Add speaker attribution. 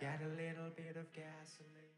Speaker 1: Got a little bit of gasoline.